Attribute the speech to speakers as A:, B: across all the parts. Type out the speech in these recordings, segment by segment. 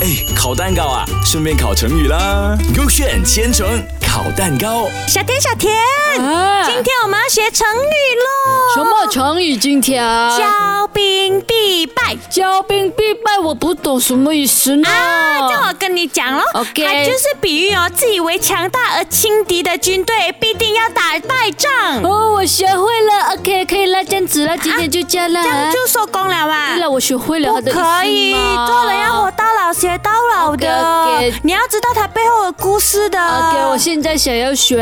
A: 哎，烤蛋糕啊，顺便烤成语啦。勾选千层烤蛋糕，
B: 小田，小田，
C: 啊
B: 今天我们要学成语喽。
C: 什么成语今天？啊
B: 骄兵必败
C: 骄兵必败，我不懂什么意思呢？
B: 啊！这我跟你讲喽
C: 哦 OK
B: 它就是比喻哦，自以为强大而轻敌的军队必定要打败仗，
C: 哦，我学会了，OK，可以了，这样子了，今天就这样了。
B: 这样就收工了哇
C: 对。了，我学会了
B: 不
C: 他的意思
B: 可以，
C: 嘛
B: 做人要活。到老学到老的
C: OK，OK
B: 你要知道它背后的故事的。
C: OK，我现在想要学。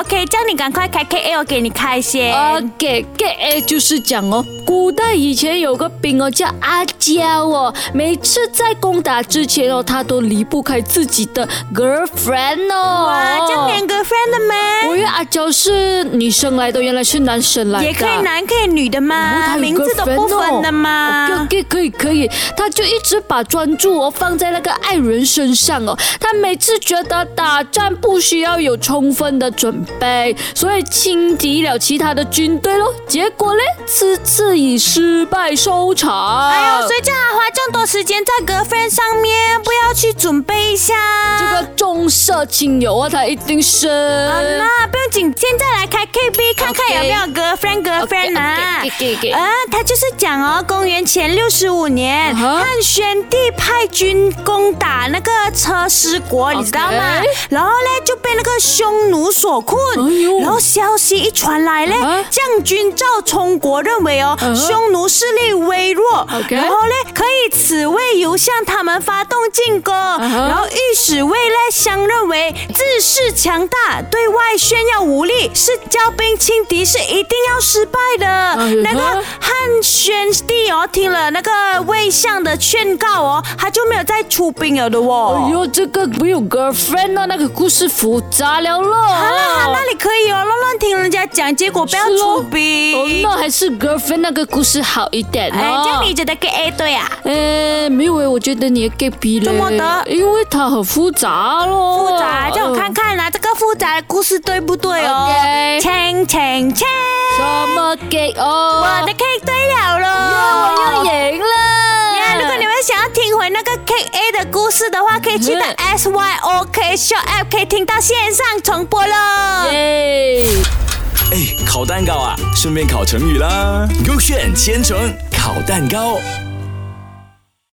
B: OK，叫你赶快开 KL 给你开先。
C: OK，给 A 就是讲哦，古代以前有个兵哦叫阿娇哦，每次在攻打之前哦，他都离不开自己的 girlfriend 哦。
B: 哇，这样两个 friend 的吗？
C: 我以为阿娇是女生来的，原来是男生来的。
B: 也可以男可以女的吗？
C: 他有
B: 名字都不分的吗
C: girlfriend 哦？OK，可以可以，他就一直把专注哦放在那个爱人身上哦。他每次觉得打仗不需要有充分的准备，所以轻敌了其他的军队喽。结果嘞，此次以失败收场。
B: 哎呦，所以叫他花这么多时间在 girlfriend 上面，不要去准备一下。
C: 这个重色轻友啊，他一定是。呃
B: 好啦，不用紧，现在来开 KB 看看
C: OK
B: 有没有 girlfriend girlfriend 啊
C: OK，OK，给给给。
B: 啊，他就是讲哦，公元前六十五年，
C: 啊哈
B: 汉宣帝派军攻打那个车师国，你知道吗
C: OK？
B: 然后呢，就被那个匈奴所困
C: 哎。呦
B: 然后消息一传来呢
C: 啊，
B: 将军赵充国认为哦
C: 啊，哈
B: 匈奴势力微弱，
C: OK
B: 然后呢，可以此位由向他们发动进攻。
C: 哈
B: 然后御史卫呢，相认为自恃强大，对外炫耀武力，是骄兵轻敌是一定要失败的。
C: 哎呦
B: 那个汉宣帝哦，听了那个魏相的劝告哦，他就没有再出兵了的
C: 哎
B: 哦。
C: 呦，这个没有 girlfriend 哦，那个故事复杂了咯。
B: 好啦好啦，你可以哦，乱乱听人家讲，结果不要
C: 是咯
B: 出
C: 哦，
B: 兵。
C: 那还是 girlfriend 那个故事好一点
B: 哎，这样
C: 哦
B: 你。觉得给 A 对啊？
C: 呃，没有诶，我觉得你也 gay 逼了。
B: 怎么的
C: 因为它很复杂咯。
B: 复杂，叫我看看啦、这个复杂的故事对不对哦？
C: 嗯 OK
B: 请请请，
C: 呃。什么 gay 哦？
B: 我的 K 对了喽。
C: 我要赢了。
B: 呀，如果你们想要听回那个 K A 的故事的话，可以去到
C: 嗯
B: S Y O K Show App 可以听到线上重播了。
C: 耶
A: 哎，烤蛋糕啊，顺便烤成语啦。勾选千层烤蛋糕。